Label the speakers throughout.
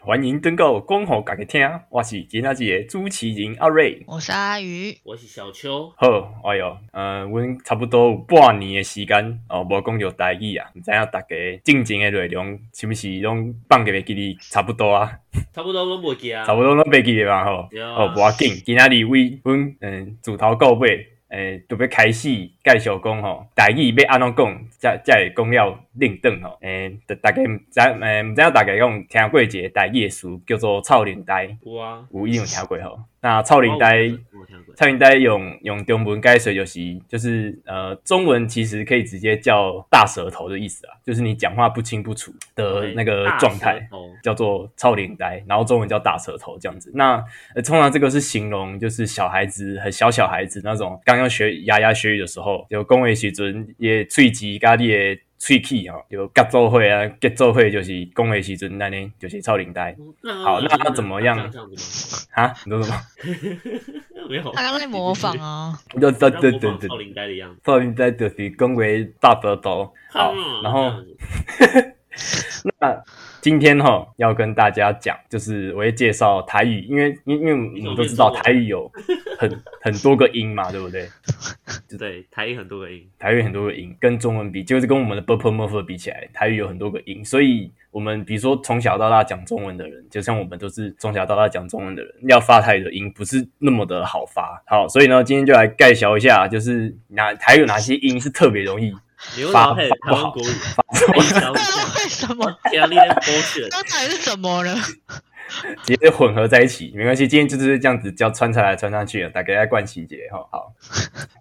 Speaker 1: 欢迎登到讲互家己听，我是今仔日的主持人阿瑞。
Speaker 2: 我是阿鱼，
Speaker 3: 我是小秋，
Speaker 1: 好，哎哟，呃，阮差不多有半年的时间哦，无讲着台语啊，毋知影大家进前的内容是毋是拢放给袂记哩，差不多啊，
Speaker 3: 差不多拢无记啊。
Speaker 1: 差不多拢袂记哩嘛吼。
Speaker 3: 对啊
Speaker 1: 哦，无要紧，今仔日为阮嗯自头到尾，诶、就要开始介绍讲吼，台语要安怎讲，才才会讲了另顿吼。诶、大大家毋知诶，毋、知影大家有听过一个台语的词叫做臭林呆，
Speaker 3: 有啊，
Speaker 1: 有一定有听过吼。那臭林呆。
Speaker 3: 我有听过。哎
Speaker 1: 蔡明呆用用中文该水就是就是呃，中文其实可以直接叫大舌头的意思啊，就是你讲话不清不楚的那个状态。
Speaker 3: 大舌头
Speaker 1: 叫做超领带，然后中文叫大舌头这样子。那、呃、通常这个是形容就是小孩子很小小孩子那种刚刚学牙牙学语的时候，就恭维时阵也喙齿甲你的喙齿吼，就甲做伙啊，结做伙就是恭维时阵那呢就是超领带
Speaker 3: 那
Speaker 1: 好那那怎么样
Speaker 3: 这样子
Speaker 1: 啊，你说什么？
Speaker 3: 吗？没有，
Speaker 2: 他刚刚在模仿啊。
Speaker 1: 对对
Speaker 3: 像
Speaker 1: 呃 对
Speaker 3: 模
Speaker 1: 对
Speaker 3: 仿
Speaker 1: 对
Speaker 3: 超。领带的样子。
Speaker 1: 少林在就是恭维大舌头。好
Speaker 3: 嗯，
Speaker 1: 然
Speaker 3: 这
Speaker 1: 后
Speaker 3: 样子
Speaker 1: 那今天哈要跟大家讲，就是我会介绍台语，因为因为因为我们都知道台语有很很多个音嘛，对不对？
Speaker 3: 对台语很多个音，
Speaker 1: 台语很多个音，跟中文比，就是跟我们的 purple m u r p h 比起来，台语有很多个音，所以我们比如说从小到大讲中文的人，就像我们都是从小到大讲中文的人，要发台语的音不是那么的好发。好，所以呢，今天就来介绍一下，就是哪台语有哪些音是特别容易
Speaker 3: 你为什
Speaker 1: 发
Speaker 3: 么配台
Speaker 1: 不好
Speaker 3: 湾国语？太小一下，
Speaker 2: 为什么？
Speaker 3: 压力在 bullshit。
Speaker 2: 刚才是什么了？
Speaker 1: 直接混合在一起，没关系。今天就是这样子，叫穿插来穿上去了，大概在灌细节哈。好，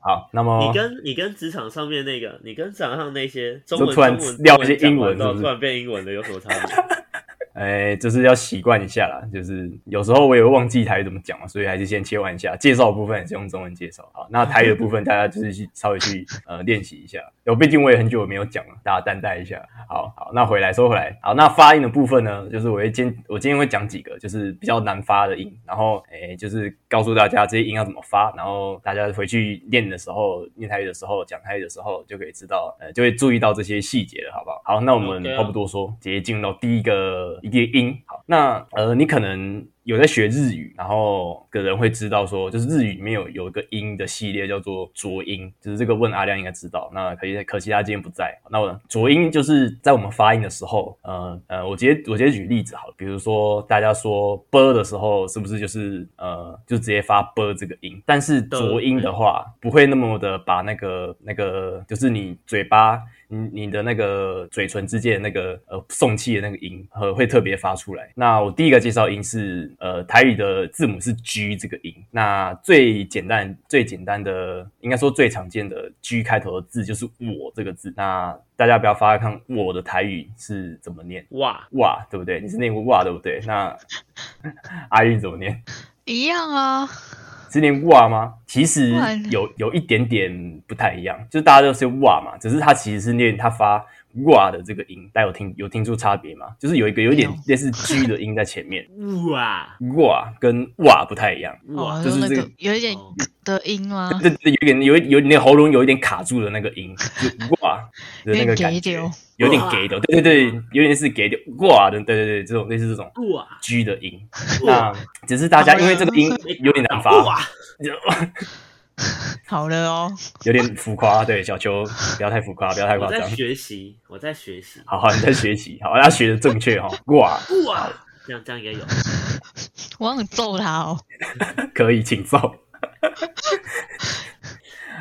Speaker 1: 好，那么
Speaker 3: 你跟你跟职场上面那个，你跟职场上那些中
Speaker 1: 就
Speaker 3: 文
Speaker 1: 突然
Speaker 3: 中文
Speaker 1: 撂一些英
Speaker 3: 中讲完
Speaker 1: 文
Speaker 3: 之后
Speaker 1: 是不是
Speaker 3: 突然变英文的有什么差别？
Speaker 1: 哎、就是要习惯一下啦。就是有时候我也会忘记台语怎么讲嘛，所以还是先切换一下。介绍的部分也是用中文介绍。好，那台语的部分大家就是去稍微去呃练习一下。有，毕竟我也很久没有讲了，大家担待一下。好好，那回来说回来，好，那发音的部分呢，就是我会今我今天会讲几个就是比较难发的音，然后哎、就是告诉大家这些音要怎么发，然后大家回去练的时候，念台语的时候，讲台语的时候就可以知道，呃，就会注意到这些细节了，好不好？好，那我们
Speaker 3: OK 啊
Speaker 1: 话不多说，直接进入到第一个一个音。好，那呃，你可能有在学日语，然后个人会知道说，就是日语里面有有一个音的系列叫做浊音，就是这个问阿亮应该知道。那可以，可惜他今天不在。那我浊音就是在我们发音的时候，呃呃，我直接我直接举例子好了，比如说大家说啵的时候，是不是就是呃就直接发啵这个音？但是浊音的话，不会那么的把那个那个就是你嘴巴。你你的那个嘴唇之间的那个呃送气的那个音，呃会特别发出来。那我第一个介绍音是呃台语的字母是 G 这个音。那最简单最简单的，应该说最常见的 G 开头的字就是我这个字。那大家不要发看我的台语是怎么念。
Speaker 3: 哇，
Speaker 1: 哇，对不对？你是念过哇，对不对？那 阿韵怎么念？
Speaker 2: 一样啊，
Speaker 1: 是念哇吗？其实
Speaker 2: 哇
Speaker 1: 有有一点点不太一样，就是大家都是哇嘛，只是它其实是念它发哇的这个音，大家有听有听出差别吗？就是有一个有一点
Speaker 2: 没有
Speaker 1: 类似 G 的音在前面，
Speaker 3: 哇
Speaker 1: 哇跟哇不太一样，
Speaker 2: 哦，
Speaker 3: 哇，
Speaker 1: 就是
Speaker 2: 那
Speaker 1: 这
Speaker 2: 个
Speaker 1: 个
Speaker 2: 有一点
Speaker 3: 哦
Speaker 2: 的音吗？
Speaker 1: 这这有点有有你的喉咙有一点卡住的那个音，就哇的那个
Speaker 2: 有点
Speaker 1: 感
Speaker 2: 给
Speaker 1: 觉
Speaker 2: 丢，
Speaker 1: 有点给的，对对对，有点是给的哇的，对对对，这种类似这种
Speaker 3: 哇，
Speaker 1: G 的音，那只是大家因为这个音有点难发，
Speaker 3: 哇，
Speaker 2: 好了哦，
Speaker 1: 有点浮夸，对小 球不要太浮夸，不要太
Speaker 3: 我
Speaker 1: 夸
Speaker 3: 在
Speaker 1: 张。
Speaker 3: 学习，我在学习，
Speaker 1: 好好，你在学习，好，要学的正确 哈、哦。哇，
Speaker 3: 哇，这样这样应该有。
Speaker 2: 我想揍他哦。
Speaker 1: 可以，请奏。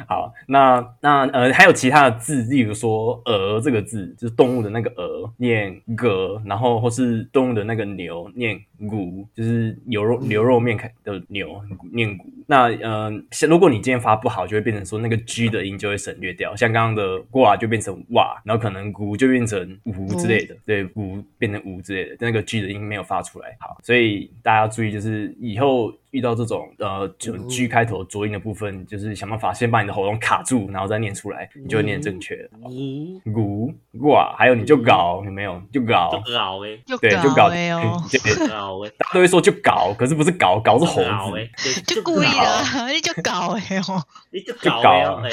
Speaker 1: 好，那那呃，还有其他的字，例如说“鹅”这个字，就是动物的那个“鹅”，念“鹅”，然后或是动物的那个“牛”，念“骨”，就是牛肉牛肉面开的牛念“骨”，那嗯、像如果你今天发不好，就会变成说那个 G 的音就会省略掉，像刚刚的哇就变成哇，然后可能咕就变成呜之类的，对，呜变成呜之类的，但那个 G 的音没有发出来。好，所以大家要注意，就是以后遇到这种呃就
Speaker 3: 嗯
Speaker 1: G 开头浊音的部分，就是想办法先把你的喉咙卡住，然后再念出来，你就会念正确。
Speaker 3: 咦，
Speaker 1: 咕哇，还有你就搞，有没有？就搞，
Speaker 3: 嗯就搞哎，
Speaker 2: 就
Speaker 1: 对，就搞，
Speaker 2: 哎呦，
Speaker 1: 嗯 对
Speaker 3: 搞哎，
Speaker 1: 大家都会说就搞，可是不是搞，搞是猴
Speaker 3: 搞
Speaker 1: 子。
Speaker 3: 哎，对
Speaker 2: 就故意的，你就搞哎呦，
Speaker 3: 你就
Speaker 1: 就
Speaker 3: 搞
Speaker 1: 搞
Speaker 3: 哎
Speaker 1: 啊
Speaker 3: 哎，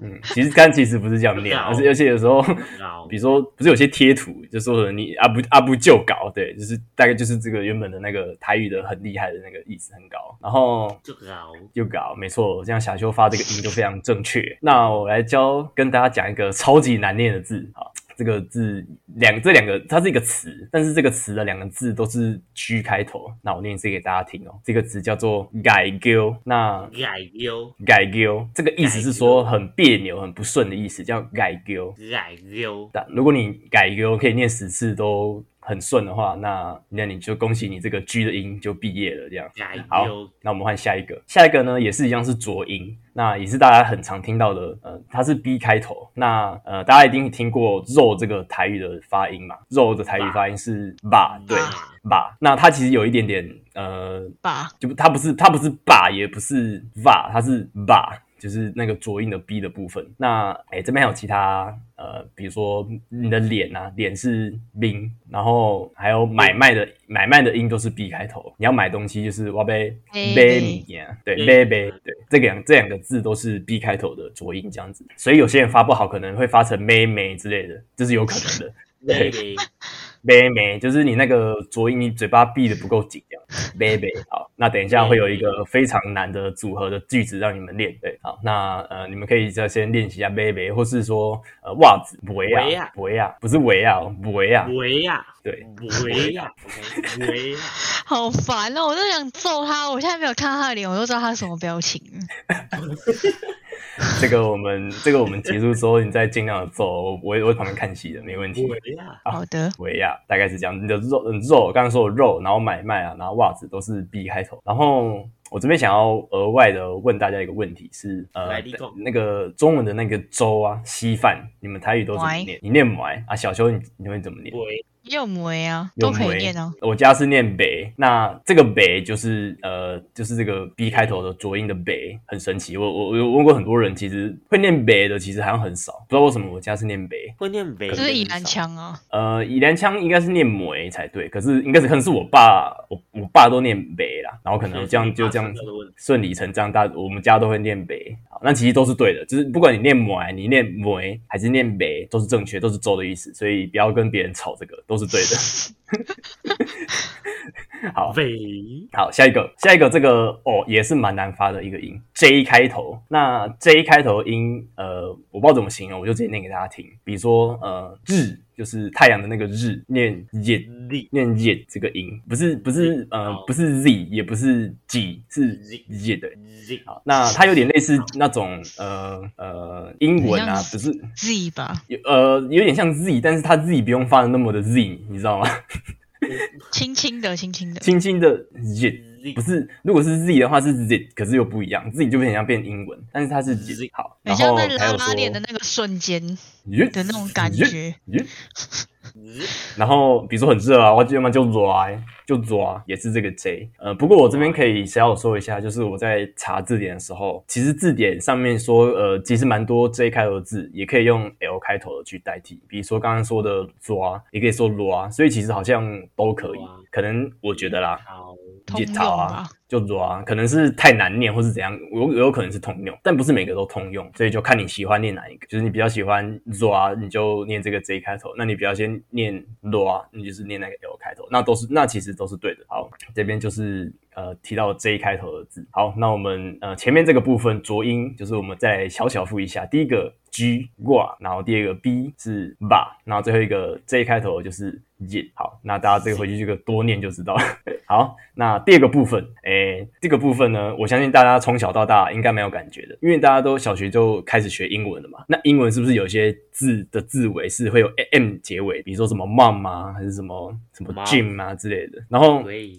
Speaker 1: 嗯，其实但其实不是这样念啊，而
Speaker 3: 就搞
Speaker 1: 且而且有时候，
Speaker 3: 搞
Speaker 1: 比如说不是有些贴图，就说你啊不啊不就搞，对，就是大概就是这个原本的那个台语的很厉害的那个意思很高，然后
Speaker 3: 就搞，
Speaker 1: 就搞，没错，这样小修发这个音就非常正确。那我来教跟大家讲一个超级难念的字啊，好这个字两这两个它是一个词，但是这个词的两个字都是 G 开头。那我念一次给大家听哦，这个词叫做改丢。那
Speaker 3: 改优
Speaker 1: 改丢这个意思是说很别扭、很不顺的意思，叫改丢。
Speaker 3: 改优，
Speaker 1: 但如果你改优可以念十次都很顺的话，那那你就恭喜你这个 G 的音就毕业了，这样。
Speaker 3: 改
Speaker 1: 好
Speaker 3: 优
Speaker 1: 那我们换下一个，下一个呢也是一样是浊音，那也是大家很常听到的，呃，它是 B 开头，那呃大家一定听过肉这个台语的发音嘛，肉的台语发音是吧，对
Speaker 3: 吧
Speaker 1: 吧，那它其实有一点点呃，
Speaker 2: 吧，
Speaker 1: 就它不是它不是吧，也不是吧，它是吧。就是那个浊音的 b 的部分。那哎、这边还有其他呃，比如说你的脸啊，脸是冰，然后还有买卖的买卖的音都是 b 开头。你要买东西就是哇呗
Speaker 2: 买
Speaker 1: 买物件，啊对
Speaker 3: 买
Speaker 1: 买买，对这两这两个字都是 b 开头的浊音这样子。所以有些人发不好，可能会发成妹妹之类的，这是有可能的。对
Speaker 3: ，baby
Speaker 1: 呗呗，就是你那个浊音，你嘴巴闭的不够紧，这样。呗呗，好，那等一下会有一个非常难的组合的句子让你们练。对，好，那呃，你们可以再先练习一下呗呗，或是说呃袜子围
Speaker 3: 围
Speaker 1: 啊
Speaker 3: 啊
Speaker 1: 围啊，不是围啊围啊，
Speaker 3: 维亚
Speaker 1: 对，
Speaker 3: 维亚维亚，
Speaker 2: 好烦哦，我都想揍他，我现在没有看他的脸，我都知道他是什么表情，
Speaker 1: 这个我们这个我们结束之后，你再尽量的做，我我我在旁边看戏的，没问题。
Speaker 3: 维亚
Speaker 1: 啊
Speaker 2: 好的，
Speaker 1: 维亚大概是这样，你的肉嗯肉，刚刚说的肉，然后买卖啊，然后袜子都是 B 开头。然后我这边想要额外的问大家一个问题是，呃
Speaker 3: 来立功，
Speaker 1: 那个中文的那个粥啊，稀饭，你们台语都怎么
Speaker 2: 糜
Speaker 1: 念？你念埋啊，小秋你你会怎么念？
Speaker 3: 维
Speaker 2: 也有梅啊，
Speaker 1: 有
Speaker 2: 都可
Speaker 1: 梅
Speaker 2: 以念哦，
Speaker 1: 我家是念北，那这个北就是呃，就是这个 B 开头的浊音的北，很神奇。我我我有问过很多人，其实会念北的其实好像很少，不知道为什么我家是念北。
Speaker 3: 会念维，
Speaker 2: 这是以南腔啊，
Speaker 1: 呃，以南腔应该是念梅才对，可是应该是可能是我爸，我我爸都念北啦，然后可能这样就这样顺理成章，大我们家都会念北。好，那其实都是对的，就是不管你念梅，你念梅还是念北，都是正确，都是周的意思，所以不要跟别人吵这个，都是对的。 好，
Speaker 3: 维
Speaker 1: 好，下一个，下一个这个哦也是蛮难发的一个音，J 开头。那 J 开头音，呃，我不知道怎么形容，我就直接念给大家听。比如说，呃，日就是太阳的那个日，念日，
Speaker 3: 力
Speaker 1: 念日这个音，不是不是呃
Speaker 3: 好
Speaker 1: 不是 Z，也不是 G，是
Speaker 3: 日
Speaker 1: 日的。
Speaker 3: 力
Speaker 1: 好，那它有点类似那种呃呃英文啊
Speaker 2: 很，像
Speaker 1: 不是
Speaker 2: 自己吧，
Speaker 1: 有呃有点像 Z，但是它 Z 不用发的那么的 Z，你知道吗？
Speaker 2: 轻轻的，轻轻的，
Speaker 1: 轻轻的日。
Speaker 3: 力
Speaker 1: 不是，如果是 Z 的话是 Z，可是又不一样，Z 就会很像变英文，但是它是 Z
Speaker 3: Z
Speaker 1: 好，
Speaker 2: 很
Speaker 1: 然
Speaker 2: 像
Speaker 1: 后
Speaker 2: 在
Speaker 1: 还
Speaker 2: 拉
Speaker 1: 有说
Speaker 2: 拉链的那个瞬间的
Speaker 1: 的
Speaker 2: 那种感，觉，
Speaker 1: 耶然后比如说很热啊，我就要么就抓就抓，也是这个 J。呃，不过我这边可以小小说一下，就是我在查字典的时候，其实字典上面说，呃，其实蛮多 J 开头的字也可以用 L 开头的去代替，比如说刚刚说的抓，也可以说抓，所以其实好像都可以
Speaker 3: 抓。
Speaker 1: 可能我觉得啦，
Speaker 3: 好
Speaker 2: 通
Speaker 1: 也
Speaker 2: 用
Speaker 1: 潮啊
Speaker 2: 吧，
Speaker 1: 就抓，可能是太难念，或是怎样，有有可能是通用，但不是每个都通用，所以就看你喜欢念哪一个。就是你比较喜欢抓，你就念这个 J 开头；那你比较先念抓，你就是念那个 L 开头，那都是那其实都是对的。好，这边就是呃提到 J 开头的字。好，那我们呃前面这个部分浊音，就是我们再小小复一下，第一个 G 挂，然后第二个 B 是吧，然后最后一个 J 开头就是。耶，好，那大家这个回去这个多念就知道了。好，那第二个部分，诶、这个部分呢，我相信大家从小到大应该蛮有感觉的，因为大家都小学就开始学英文了嘛。那英文是不是有些字的字尾是会有 m 结尾，比如说什么 mom 啊，还是什么什么
Speaker 3: Mom
Speaker 1: gym 啊之类的？然后，
Speaker 3: 维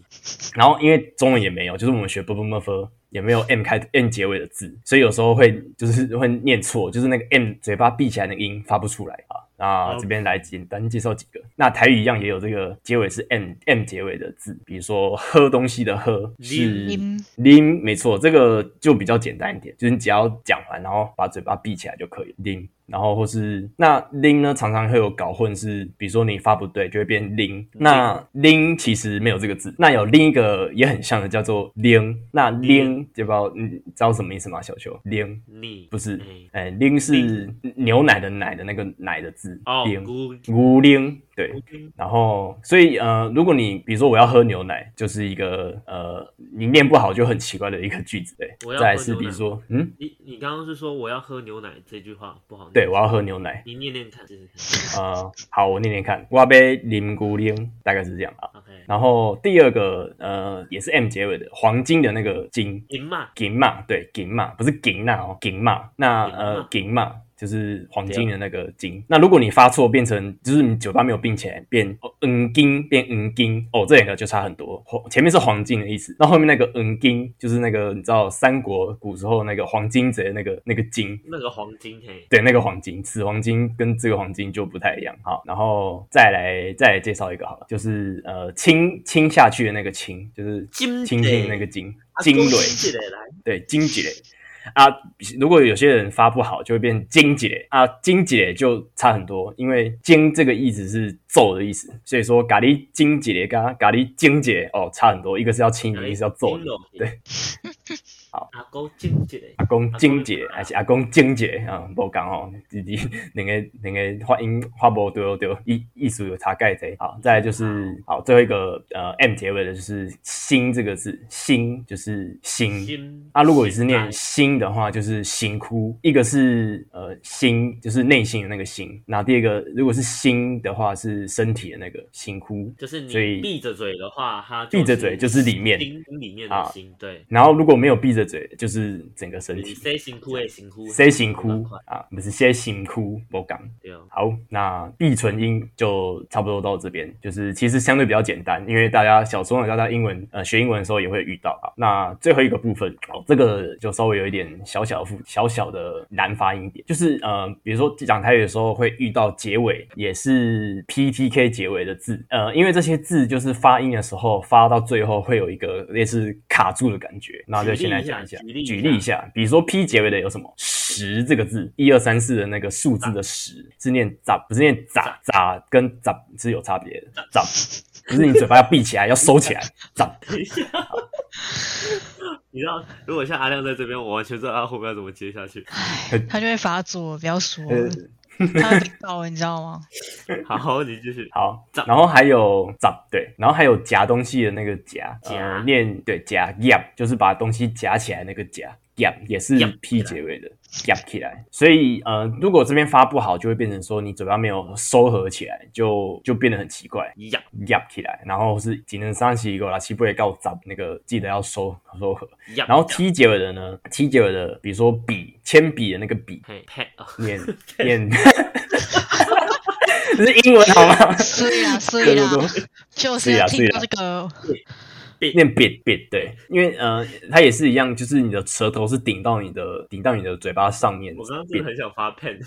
Speaker 1: 然后因为中文也没有，就是我们学 b b m f，也没有 M 开 M 结尾的字，所以有时候会就是 会念错，就是那个 M 嘴巴闭起来的音发不出来啊。那
Speaker 3: 好
Speaker 1: 这边来简单介绍几个。那台语一样也有这个结尾是 M M 结尾的字，比如说喝东西的喝是
Speaker 2: 拎
Speaker 1: 拎，没错，这个就比较简单一点，就是你只要讲完，然后把嘴巴闭起来就可以拎。然后或是那拎呢，常常会有搞混是，比如说你发不对就会变拎。那拎其实没有这个字，那有另一个也很像的叫做拎。那拎就不知道你知道什么意思吗？小球拎
Speaker 3: 你
Speaker 1: 不是
Speaker 3: 哎，
Speaker 1: 哎、拎是牛奶的奶的那个奶的字，
Speaker 3: 哦，
Speaker 1: 拎
Speaker 3: 孤
Speaker 1: 牛拎对。
Speaker 3: 孤
Speaker 1: 然后，所以呃，如果你比如说我要喝牛奶，就是一个呃，你念不好就很奇怪的一个句子，对。
Speaker 3: 我要喝
Speaker 1: 再来是
Speaker 3: 牛奶
Speaker 1: 比如说，嗯，
Speaker 3: 你你刚刚是说我要喝牛奶这句话不好念，
Speaker 1: 对，我要喝牛奶，
Speaker 3: 你念念看试试看
Speaker 1: 呃，好，我念念看，我杯林古林，大概是这样啊。
Speaker 3: ，OK，
Speaker 1: 然后第二个呃，也是 M 结尾的黄金的那个金，
Speaker 3: 赢嘛，
Speaker 1: 金嘛，对，金嘛，不是金呐哦，金嘛，那
Speaker 3: 金嘛
Speaker 1: 呃，金嘛。就是黄金的那个金，那如果你发错变成就是你嘴巴没有并起来，变哦嗯金变嗯金哦，这两个就差很多。黄前面是黄金的意思，那后面那个嗯金就是那个你知道三国古时候那个黄金贼那个那个金，
Speaker 3: 那个黄金嘿，
Speaker 1: 对，那个黄金，此黄金跟这个黄金就不太一样。好，然后再来再来介绍一个好了，就是呃亲亲下去的那个亲，就是
Speaker 3: 金
Speaker 1: 亲亲
Speaker 3: 蕊
Speaker 1: 的那个金，啊金蕊，
Speaker 3: 起来来，
Speaker 1: 对，金姐啊。如果有些人发不好，就会变金姐啊，金姐就差很多，因为金这个意思是揍的意思，所以说咖喱金姐跟咖喱金姐哦差很多，一个是要亲的，一个是要揍的。对，
Speaker 3: 好，阿公金起来，
Speaker 1: 阿公金姐，还是阿公金姐啊，无讲哦，弟弟两个两个发音发不对对，意意思有差盖贼。好，再来就是好最后一个呃 M 结尾的就是心这个字，心就是心。
Speaker 3: 金
Speaker 1: 啊，如果你是念心的话，就是心哭，一个是呃心，就是内心的那个心，那第二个如果是心的话，是身体的那个心哭。
Speaker 3: 就是
Speaker 1: 所以
Speaker 3: 你闭着嘴的话，它
Speaker 1: 闭着嘴就是里面
Speaker 3: 心里面
Speaker 1: 啊
Speaker 3: 的心，对，
Speaker 1: 然后如果没有闭着嘴，就是整个身
Speaker 3: 你
Speaker 1: 体。
Speaker 3: 谁辛苦也辛苦，
Speaker 1: 谁辛苦
Speaker 3: 快
Speaker 1: 啊？不是谁辛苦，我讲。
Speaker 3: 对哦，
Speaker 1: 好，那闭唇音就差不多到这边，就是其实相对比较简单，因为大家小时候大家英文呃学英文的时候也会遇到啊。那最后一个部分哦，这个就稍微有一点小小的复小小的难发音点，就是呃，比如说讲台语的时候会遇到结尾也是 P T K 结尾的字，呃，因为这些字就是发音的时候发到最后会有一个类似卡住的感觉，那就先来讲一下，
Speaker 3: 举例一下
Speaker 1: 举例一下，比如说 P 结尾的有什么“十”这个字，一二三四的那个数字的“十”是念“咋”，不是念“咋咋”，跟“咋”是有差别的“咋”，不是你嘴巴要闭起来，要 收起来“咋
Speaker 3: 等一下， 你知道，如果像阿亮在这边，我完全不知道他后面要怎么接下 去。
Speaker 2: 他就会发作，不要说”
Speaker 1: 呃
Speaker 2: 了，。他会被告，你知道 吗？
Speaker 3: 好，你继续。
Speaker 1: 好
Speaker 3: 咋，
Speaker 1: 然后还有“咋”对，然后还有夹东西的那个“夹”，
Speaker 3: 夹
Speaker 1: 呃，念对夹 “yap”，就是把东西夹起来那个“夹 ”，“yap” 也是
Speaker 3: 夹
Speaker 1: P 结尾的。夹起来，所以呃，如果这边发不好，就会变成说你嘴巴没有收合起来，就就变得很奇怪。
Speaker 3: 一样
Speaker 1: 压起来，然后是只能三十一个啦，七不会告砸那个，记得要收收 合。
Speaker 3: 一样。
Speaker 1: 然后 T 结尾的呢，T 结尾的，比如说笔，铅笔的那个笔，
Speaker 3: 嘿呸啊，
Speaker 1: 念念， 这是英文好吗？
Speaker 2: 所以啦，所
Speaker 1: 对
Speaker 2: 以
Speaker 1: 对
Speaker 3: 啊
Speaker 2: 啦，
Speaker 1: 对，啊
Speaker 2: 就是要
Speaker 1: 所以
Speaker 2: 听到
Speaker 1: 啦
Speaker 2: 这个，
Speaker 1: 念 bit bit 对，因为呃，它也是一样，就是你的舌头是顶到你的顶到你的嘴巴上面。
Speaker 3: 我刚刚真的
Speaker 1: bit
Speaker 3: 很想发 pen，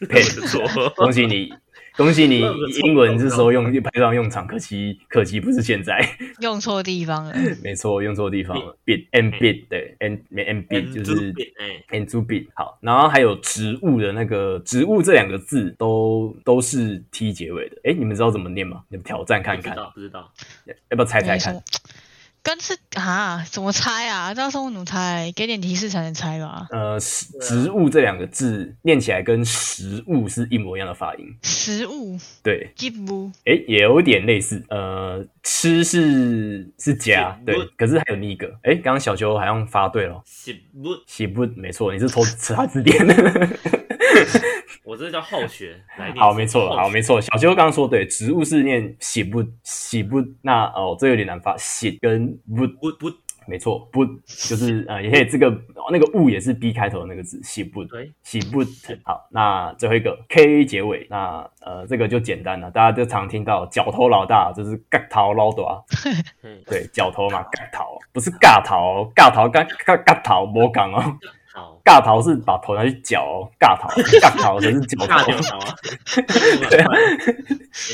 Speaker 1: pen
Speaker 3: 错，
Speaker 1: 恭喜你，恭喜你
Speaker 3: 我有个，冲
Speaker 1: 英文
Speaker 3: 动
Speaker 1: 这时候用派上用场，可惜可惜不是现在。
Speaker 2: 用错地方 了。
Speaker 1: 没错，用错地方了。bit m bit 对 n m bit 就是
Speaker 3: 嗯 bit，哎，
Speaker 1: and to be 好，然后还有植物的那个植物这两个字都都是 t 结尾的。哎，你们知道怎么念吗？你们挑战看
Speaker 3: 不
Speaker 1: 看
Speaker 3: 知，道不知道，
Speaker 1: 要不要猜猜
Speaker 2: 没
Speaker 1: 看
Speaker 2: 错？跟是啊，怎么猜啊？到时候我怎么猜？给点提示才能猜吧。
Speaker 1: 呃，食
Speaker 3: 啊
Speaker 1: 植物这两个字念起来跟食物是一模一样的发音，
Speaker 2: 食物
Speaker 1: 对，
Speaker 2: 吉布
Speaker 1: 哎，也有点类似。呃，吃是是夹，
Speaker 3: 食物
Speaker 1: 对，可是还有另一个，哎，刚刚小球好像发对了，
Speaker 3: 是不？
Speaker 1: 喜不，没错，你是偷查字典的。
Speaker 3: 我这叫好学，来，
Speaker 1: 好，没错，好，没错。小秋刚刚说对，植物是念喜不喜不，那哦，这有点难发，喜跟不
Speaker 3: 不不
Speaker 1: 没错，不就是呃，也可以这个那个物也是 B 开头的那个字，喜不
Speaker 3: 对，
Speaker 1: 喜不好。那最后一个 K 结尾，那呃这个就简单了，大家就常听到角头老大就是尬头老大，啊
Speaker 3: 嗯，
Speaker 1: 对，角头嘛尬头，不是尬头，尬头尬尬尬头莫讲哦，
Speaker 3: 好，
Speaker 1: 尬头是把头拿去绞哦，尬头尬头才是角
Speaker 3: 尬
Speaker 1: 头
Speaker 3: 掉。头啊，
Speaker 1: 对 啊，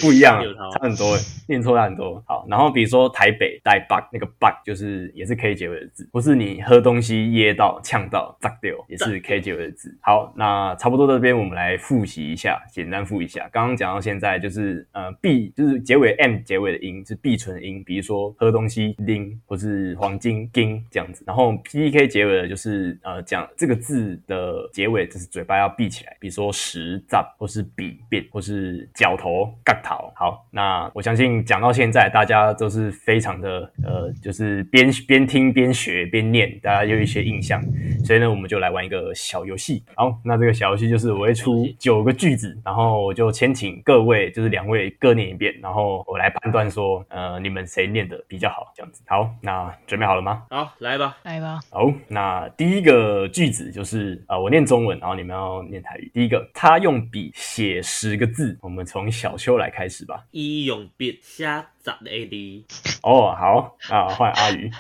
Speaker 1: 不一样
Speaker 3: 有头
Speaker 1: 啊，差很多欸，念错了很多。好，然后比如说台北台北那个 bug 就是也是 K 结尾的字，或是你喝东西噎到、呛到、炸掉，也是 K 结尾的字。好，那差不多到这边我们来复习一下，简单复习一下。刚刚讲到现在就是呃 B 就是结尾 M 结尾的音是必存音，比如说喝东西拎或是黄金金这样子。然后 P K 结尾的就是呃讲这个字的结尾就是嘴巴要闭起来，比如说十赞或是比变或是脚头杠头。好，那我相信讲到现在，大家都是非常的呃，就是边边听边学边念，大家有一些印象。所以呢，我们就来玩一个小游戏。好，那这个小游戏就是我会出九个句子，然后我就先请各位就是两位各念一遍，然后我来判断说，呃，你们谁念的比较好，这样子。好，那准备好了吗？
Speaker 3: 好，来吧，
Speaker 2: 来吧，
Speaker 1: 好，那第一个句子就是啊、呃我念中文，然后你们要念台语。第一个，他用笔写十个字，我们从小修来开始吧。
Speaker 3: 伊用笔写十个字，
Speaker 1: 哦，好啊，换阿宇，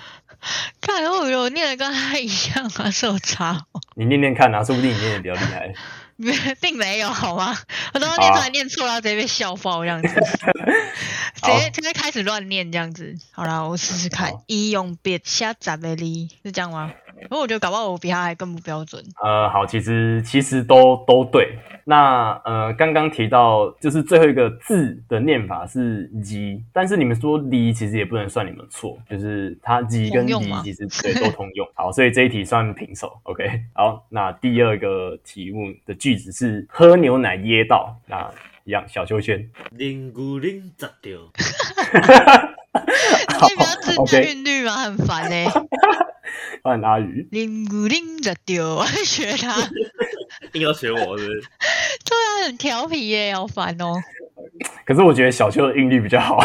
Speaker 2: 看我以为我念的跟他一样啊，是有差哦，
Speaker 1: 你念念看啊，说不定你念的比较厉害。
Speaker 2: 并没有好 吗？我刚刚念出来念错了， 直接被笑爆这样
Speaker 1: 啊
Speaker 2: 子，直接直接开始乱念这样子。好啦，我试试看
Speaker 1: 好，
Speaker 2: 一用别瞎杂的哩，是这样吗？不过我觉得搞不好我比他还更不标 准。
Speaker 1: 呃，好，其实其实都都对。那呃，刚刚提到就是最后一个字的念法是“鸡”，但是你们说“离”其实也不能算你们错，就是它“鸡”跟
Speaker 2: 通
Speaker 1: “
Speaker 2: 用
Speaker 1: 离
Speaker 2: 吗”
Speaker 1: 其实对都通用。好，所以这一题算平手。OK，好，那第二个题目的句子是“喝牛奶噎到”，那一样小秋轩。
Speaker 3: 零牛零十条，
Speaker 2: 你可以不要自带
Speaker 1: OK
Speaker 2: 韵律吗？很烦哎、欸，
Speaker 1: 换阿宇，
Speaker 2: 铃鼓铃着丢， 我在学 他，对
Speaker 3: 硬要学我是不是？
Speaker 2: 啊，很调皮耶、好烦哦、
Speaker 1: 可是我觉得小秋的韵律比较好。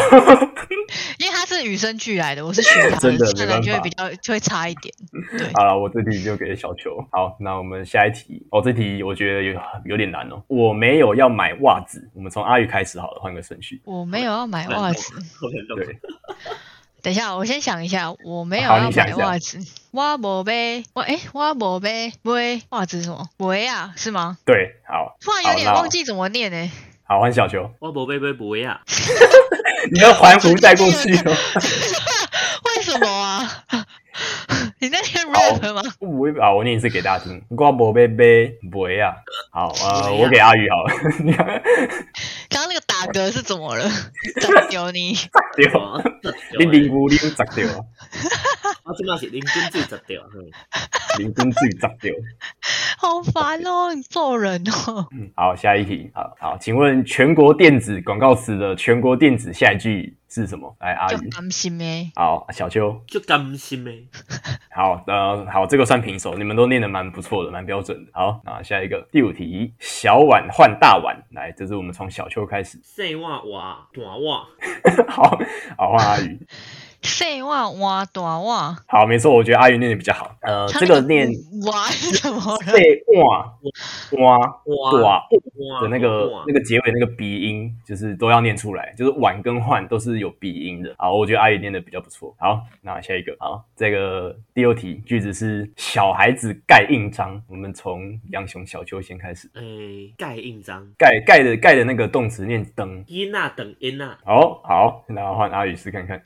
Speaker 2: 因为他是与生俱来的，我是学他
Speaker 1: 真的
Speaker 2: 所以
Speaker 1: 没办
Speaker 2: 就会
Speaker 1: 法
Speaker 2: 比较就会差一点。对，
Speaker 1: 好了，我这题就给小球。好，那我们下一题。哦，这题我觉得有有点难哦。我没有要买袜子，我们从阿宇开始好了，换个顺序。
Speaker 2: 我没有要买袜子，
Speaker 3: 我很懂，
Speaker 1: 对，
Speaker 2: 等一下我先想一下，我没有
Speaker 1: 好
Speaker 2: 要
Speaker 1: 你想一
Speaker 2: 买
Speaker 1: 下
Speaker 2: 袜子，我无呗，我哎，我无呗，喂，袜子是什么？喂啊，是吗？
Speaker 1: 对，好，
Speaker 2: 突然有点
Speaker 1: 好那
Speaker 2: 忘记怎么念哎、
Speaker 1: 好换小球。
Speaker 3: 我宝贝贝不会啊，
Speaker 1: 你要环湖带过去哦。
Speaker 2: 为什么啊？ 你在念
Speaker 1: 好
Speaker 2: rap 吗？
Speaker 1: 我啊，我念一次给大家听。我宝贝贝不啊。好，呃，我给阿宇好了。你看，
Speaker 2: 刚刚那个打嗝是怎么了？怎么丢你？
Speaker 1: 对，哦
Speaker 3: 哇
Speaker 1: 你灵骨灵砸哦掉，
Speaker 3: 啊我即马是零斤水十条，嗯
Speaker 1: 灵根自己砸掉。
Speaker 2: 好烦哦，你做人哦。
Speaker 1: 嗯，好，下一题。好好，请问全国电子广告词的全国电子下一句是什么？来，阿
Speaker 2: 就
Speaker 1: 宇。
Speaker 2: 甘心欸呗。
Speaker 1: 好，小秋。
Speaker 3: 就甘心诶，
Speaker 1: 好，呃，好，这个算平手，你们都念得蛮不错的，蛮标准的。好，那下一个第五题，小碗换大碗，来，这是我们从小秋开始。
Speaker 3: 细碗碗大碗，
Speaker 1: 好，好，换阿宇。
Speaker 2: 细碗碗大碗，
Speaker 1: 好，没错，我觉得阿宇念的比较好。呃，
Speaker 2: 他
Speaker 1: 这个念
Speaker 2: 碗是怎么了？
Speaker 1: 对哇哇
Speaker 3: 碗
Speaker 1: 哇的
Speaker 3: 碗
Speaker 1: 那个那
Speaker 3: 个
Speaker 1: 个结尾那个鼻音，就是都要念出来，就是碗跟换都是有鼻音的。好，我觉得阿宇念的比较不错。好，那下一个，好，这个第六题句子是小孩子盖印章，我们从杨雄小秋先开始。
Speaker 3: 诶盖印章，
Speaker 1: 盖盖的盖的那个动词念灯。
Speaker 3: 囡仔等啊囡仔，
Speaker 1: 好好，那换阿宇试看看。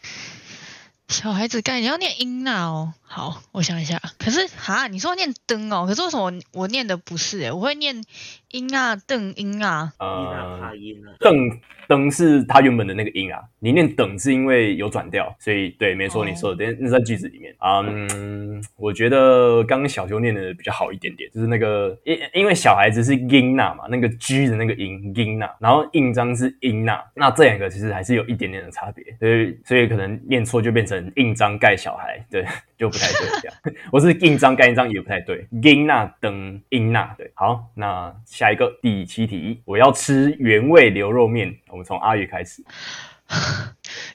Speaker 2: 小孩子盖，你要念音呐哦。好，我想一下。可是哈，你说念灯哦，可是为什么我我念的不是、欸？我会念音啊，邓音啊。
Speaker 3: 囡仔拍
Speaker 1: 呃，
Speaker 3: 囡仔，
Speaker 1: 等等是它原本的那个音啊，你念等是因为有转调，所以对，没错，
Speaker 2: 哦
Speaker 1: 你说的，那是在句子里面。嗯，我觉得刚刚小秋念的比较好一点点，就是那个因因为小孩子是音呐嘛，那个 G 的那个音音呐，然后印章是音呐，那这两个其实还是有一点点的差别，所以所以可能念错就变成印章盖小孩，对，就不太对这样。我是印章盖印章也不太对，英娜等英娜对。好，那下一个第七题，我要吃原味牛肉面，我们从阿宇开始。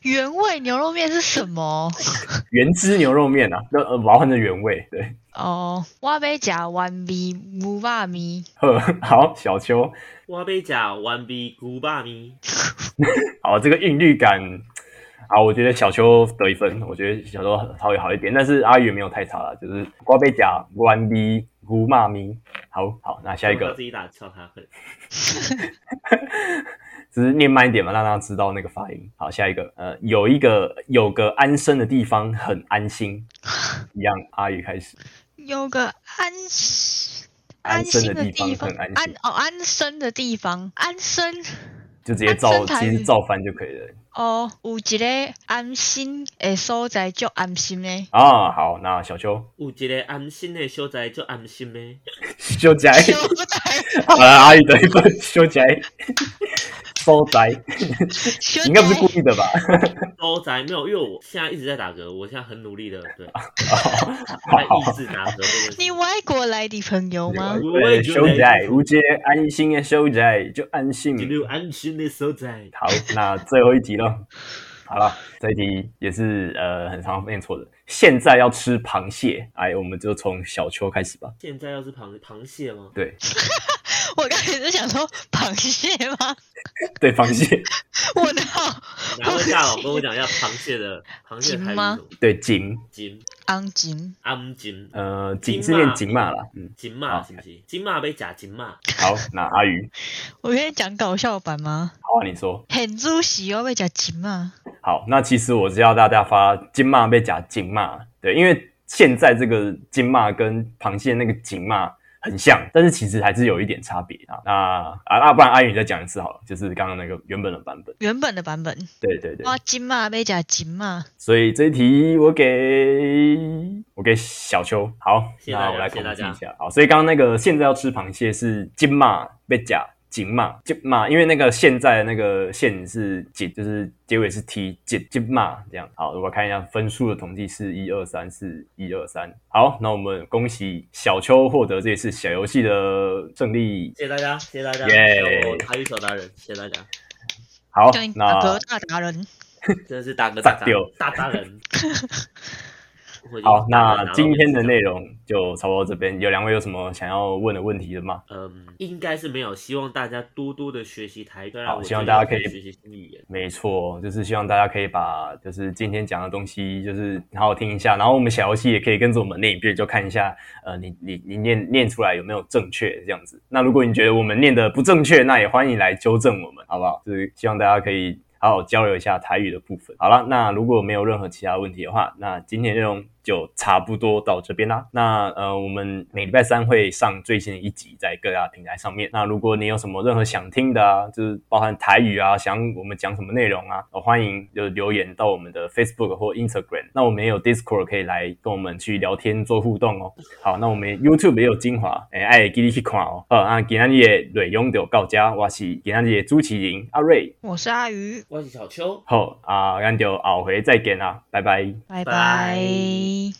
Speaker 2: 原味牛肉面是什么？
Speaker 1: 原汁牛肉面啊，那呃，把它换成原味。对，
Speaker 2: 哦，我要夹丸米木霸米，
Speaker 1: 呵，好，小秋，
Speaker 3: 我被甲 one b 古巴咪，
Speaker 1: 好，这个韵律感啊，我觉得小秋得一分，我觉得小秋稍微好一点，但是阿宇也没有太差了，就是瓜贝甲、弯逼、古骂咪。好好，那下一
Speaker 3: 我
Speaker 1: 个
Speaker 3: 自己打敲他分。
Speaker 1: 只是念慢一点嘛，让大家知道那个发音。好，下一个，呃，有一个有个安身的地方很 安心，一样，阿宇开始，
Speaker 2: 有个安
Speaker 1: 安
Speaker 2: 心
Speaker 1: 身的
Speaker 2: 地
Speaker 1: 地
Speaker 2: 方
Speaker 1: 方，很安
Speaker 2: 安
Speaker 1: 心
Speaker 2: 哦安身的地方，安身
Speaker 1: 就直接
Speaker 2: 安身
Speaker 1: 照，
Speaker 2: 台
Speaker 1: 其
Speaker 2: 语
Speaker 1: 实照翻就可以了。
Speaker 2: 哦，有一个安心的所在叫安心的。
Speaker 1: 啊，好，那小秋
Speaker 3: 有一个安心的所在，就安心的。
Speaker 1: 修宅，
Speaker 2: 所在，
Speaker 1: 好了，阿宇得一分，修宅，收宅，你 应该不是故意的吧？
Speaker 3: 都宅没有，因为我现在一直在打嗝，我现在很努力的， 对，在
Speaker 1: 好
Speaker 3: 抑制打嗝这个。
Speaker 2: 你外国来的朋友吗？
Speaker 1: 啊
Speaker 3: 我也 觉得
Speaker 1: 修宅，无节安心的修宅就安心。
Speaker 3: 只有安心的所在。
Speaker 1: 好，那最后一题了。好了，这一题也是呃很常念错的。现在要吃螃蟹，哎，我们就从小秋开始吧。
Speaker 3: 现在要是螃螃蟹吗？
Speaker 1: 对
Speaker 2: 我刚才是想说螃蟹 吗？
Speaker 1: 对，螃蟹，
Speaker 2: 我靠，
Speaker 3: 哪位大佬跟我讲一下螃蟹 的螃蟹的台
Speaker 2: 金
Speaker 3: 语是
Speaker 2: 吗
Speaker 3: 什么？
Speaker 1: 对锦，
Speaker 3: 金
Speaker 2: 安金
Speaker 3: 安金
Speaker 1: 呃锦
Speaker 3: 金
Speaker 1: 是
Speaker 3: 嘛
Speaker 1: 念锦嘛啦。嗯，
Speaker 3: 金嘛
Speaker 1: 好
Speaker 3: 是不是？金嘛被假金嘛，
Speaker 1: 好，那阿鱼，
Speaker 2: 我可以讲搞笑版吗？
Speaker 1: 好啊，你说。
Speaker 2: 很主席要被讲金啊！
Speaker 1: 好，那其实我是要大家发金骂被夹金骂，对，因为现在这个金骂跟螃蟹那个金骂很像，但是其实还是有一点差别啊。那啊，那不然阿宇你再讲一次好了，就是刚刚那个原本的版本。
Speaker 2: 原本的版本，
Speaker 1: 对对对，
Speaker 2: 哇，金嘛被讲金啊嘛，
Speaker 1: 所以这一题我给我给小秋。好，
Speaker 3: 谢谢大家
Speaker 1: 那我来
Speaker 3: 谢谢
Speaker 1: 统
Speaker 3: 大
Speaker 1: 计
Speaker 3: 家
Speaker 1: 一下。好，所以刚刚那个现在要吃螃蟹是金马被甲金马金马，因为那个现在的那个线是紧，就是结尾是 t 紧金马这样。好，我看一下分数的统计是一二三四一二三。好，那我们恭喜小秋获得这次小游戏的胜利。
Speaker 3: 谢谢大家，谢谢大家，
Speaker 1: 耶
Speaker 3: 我台语手达人，谢谢大家，
Speaker 1: 好
Speaker 2: 叫你，
Speaker 1: 那
Speaker 2: 大哥大达人。
Speaker 3: 真的是打嗝大
Speaker 1: 炸掉
Speaker 3: 达 大达 人。我已经
Speaker 1: 好，
Speaker 3: 打嗝打
Speaker 1: 那
Speaker 3: 到
Speaker 1: 今天的
Speaker 3: 我
Speaker 1: 内容就差不多到这边。有两位有什么想要问的问题的吗？
Speaker 3: 嗯，应该是没有。希望大家多多的学习台语，虽然
Speaker 1: 好
Speaker 3: 我
Speaker 1: 希望
Speaker 3: 觉得
Speaker 1: 大家可以
Speaker 3: 学习新语言。
Speaker 1: 没错，就是希望大家可以把就是今天讲的东西，就是好好听一下，然后我们小游戏也可以跟着我们念一遍，就看一下，呃，你你你念念出来有没有正确这样子。那如果你觉得我们念的不正确，那也欢迎来纠正我们，好不好？就是希望大家可以好好交流一下台语的部分。好了，那如果没有任何其他问题的话，那今天内容就差不多到这边啦。那呃，我们每礼拜三会上最新的一集在各大平台上面。那如果你有什么任何想听的啊，就是包含台语啊，想我们讲什么内容啊，呃欢迎就留言到我们的 Facebook 或 Instagram。那我们也有 Discord 可以来跟我们去聊天做互动哦。好，那我们 YouTube 也有精华，哎、爱给你去看哦。好，那今天的内容就到这，我是今天的主持人阿瑞。
Speaker 2: 我是阿鱼，
Speaker 3: 我是小秋，
Speaker 1: 好啊，咱就后回再见啦，拜拜。
Speaker 3: 拜
Speaker 2: 拜拜